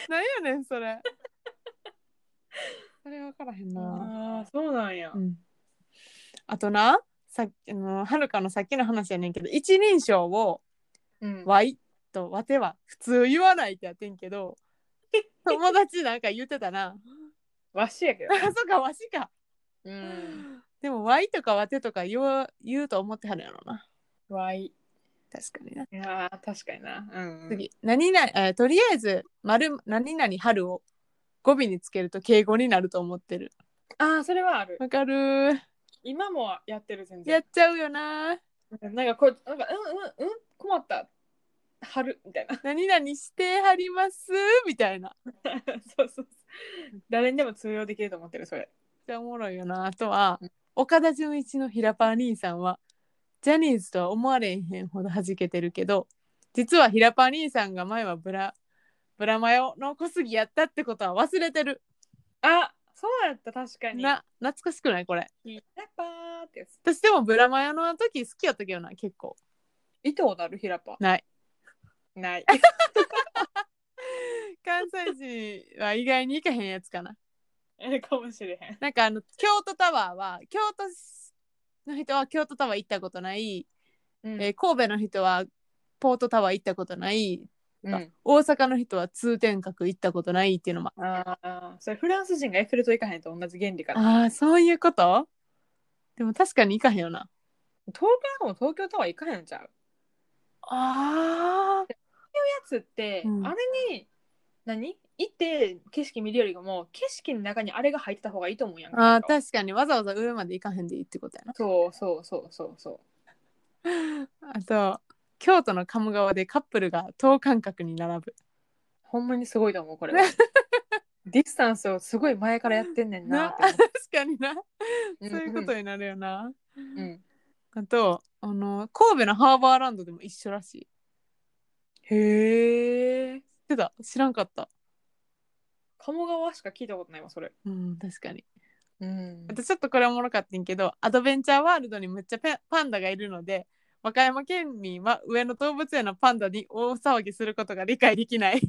S2: な。
S1: なんやねんそれ それ分からへんな
S2: ああー、そうなんや。
S1: うんあとなさっきあのはるかのさっきの話やねんけど一人称を
S2: う
S1: 「
S2: ん
S1: わい」と「わては」普通言わないってやってんけ ど友達なんか言ってた な
S2: わしやけど
S1: あ。そっかわしか
S2: うん。
S1: でも「わい」とか「わて」とか言う言うと思ってはるやろな
S2: わい。い
S1: 確かにな
S2: やー、確かにな。うん。
S1: 次何々、えーとりあえず丸何々春を語尾につけると敬語になると思ってる
S2: ああ、それはある。
S1: わかるー
S2: 今もやってる、全
S1: や
S2: 然
S1: っ。ちゃうよな
S2: なんかこう、なんか、うんうんうん、困った。春みたいな。
S1: 何々してはりますみたいな
S2: そうそうそう。誰にでも通用できると思ってる、それ。
S1: めっちゃおもろいよなあとは、
S2: うん
S1: 岡田准一の平パー兄さんはジャニーズとは思われへんほど弾けてるけど実は平パー兄さんが前はブラブラマヨの小杉やったってことは忘れてる
S2: あそうやった、確かに。
S1: な懐かしくないこれ
S2: ひらぱーってやつ。
S1: 私でもブラマヨの時好きやったけどな結構
S2: いたことある、ひらぱ。
S1: ない
S2: ない。
S1: 関西人は意外に行かへんやつかな
S2: えかもしれへん。
S1: なんかあの京都タワーは京都の人は京都タワー行ったことない、
S2: うん
S1: えー神戸の人はポートタワー行ったことない
S2: うん、
S1: 大阪の人は通天閣行ったことないっていうのも
S2: ああ、それフランス人がエッフェル塔行かへんと同じ原理か
S1: あ
S2: な。
S1: あそういうことでも確かに行かへんよな
S2: 東京なんかも東京タワー行かへんちゃう。や
S1: あ
S2: つって、
S1: うん
S2: あれに、何行って景色見るよりも、景色の中にあれが入ってた方がいいと思うやんか。
S1: あー確かにわざわざ上まで行かへんでいいってことやな
S2: そうそうそうそうそう。
S1: あと京都の鴨川でカップルが等間隔に並ぶ
S2: ほんまにすごいと思う、これは。ディスタンスをすごい前からやってんねん
S1: な
S2: なって思
S1: 確かにな
S2: う。
S1: そういうこと
S2: よ。
S1: になるよな
S2: うん
S1: あとあの神戸のハーバーランドでも一緒らしい
S2: へえ。
S1: 知ってた知らんかった
S2: 鴨川しか聞いたことないわ、それ。
S1: うん確かに
S2: うん
S1: あとちょっとこれおもろかったんけどアドベンチャーワールドにむっちゃペパンダがいるので和歌山県民は上野動物園のパンダに大騒ぎすることが理解できない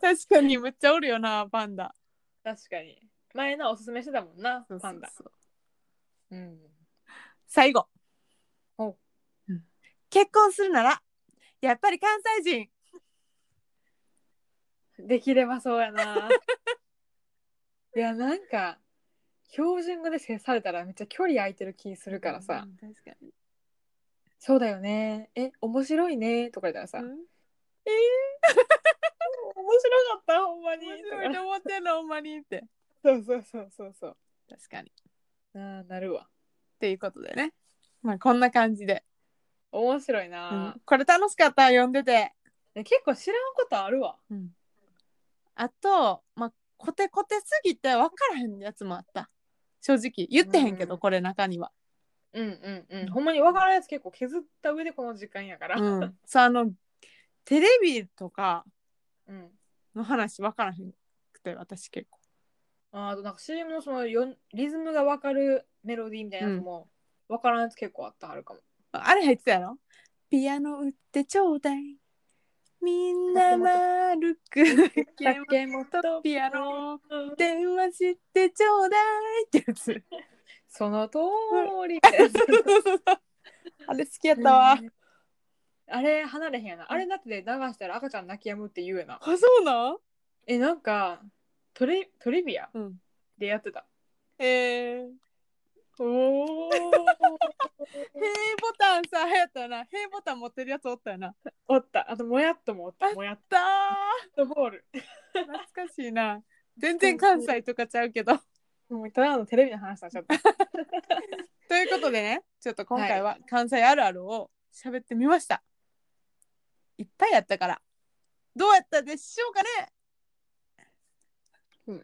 S1: 確かにむっちゃおるよなパンダ
S2: 確かに。前のおすすめしてたもんな、パンダ。
S1: そうそうそう
S2: うん。
S1: 最後
S2: ほう
S1: うん結婚するならやっぱり関西人
S2: できればそうやな。いや、なんか、標準語で接されたらめっちゃ距離空いてる気するからさ、
S1: うん確かに
S2: そうだよね、え、面白いね、とか言ったらさ、
S1: うん
S2: 面白かったほんまに
S1: 面白いと思ってんのほんまにって
S2: そうそうそうそうそう
S1: 確かにっ
S2: あーなるわ
S1: ていうことでねまあこんな感じで、
S2: 面白いうな、
S1: ん、これ楽しかった読んでて
S2: え結構知らんことあるわ
S1: あとまあコテコテすぎて分からへんやつもあった正直言ってへんけど、
S2: うん
S1: これ中には
S2: うんうんうんほんまに分からんやつ結構削った上でこの時間やから
S1: うんそうあのテレビとか
S2: うん
S1: の話分からへんくて私結構
S2: あーあとなんか CM のそのよリズムが分かるメロディーみたいなやつも、分からんやつ結構あったはるかも
S1: あれ入ってたやろピアノ売ってちょうだいみんな丸く
S2: 竹本
S1: ピアノを電話してちょうだいってやつ
S2: その通り
S1: あれ好きやったわ、
S2: うんあれ離れへんやなあれだって流したら赤ちゃん泣き止むって言うやな
S1: あそうなん
S2: えなんかトレトリビア
S1: うん
S2: でやってた
S1: えー
S2: おお
S1: へーボタンさ、流行ったよな。へーボタン持ってるやつおったよな。
S2: おったあともやっともおったもやっ
S1: だ
S2: とボール
S1: ー懐かしいな。全然関西とかちゃうけど。
S2: もうただのテレビの話になっちゃった
S1: ということでね、ちょっと今回は関西あるあるを喋ってみました。いっぱいやったから。どうやったでしょうかね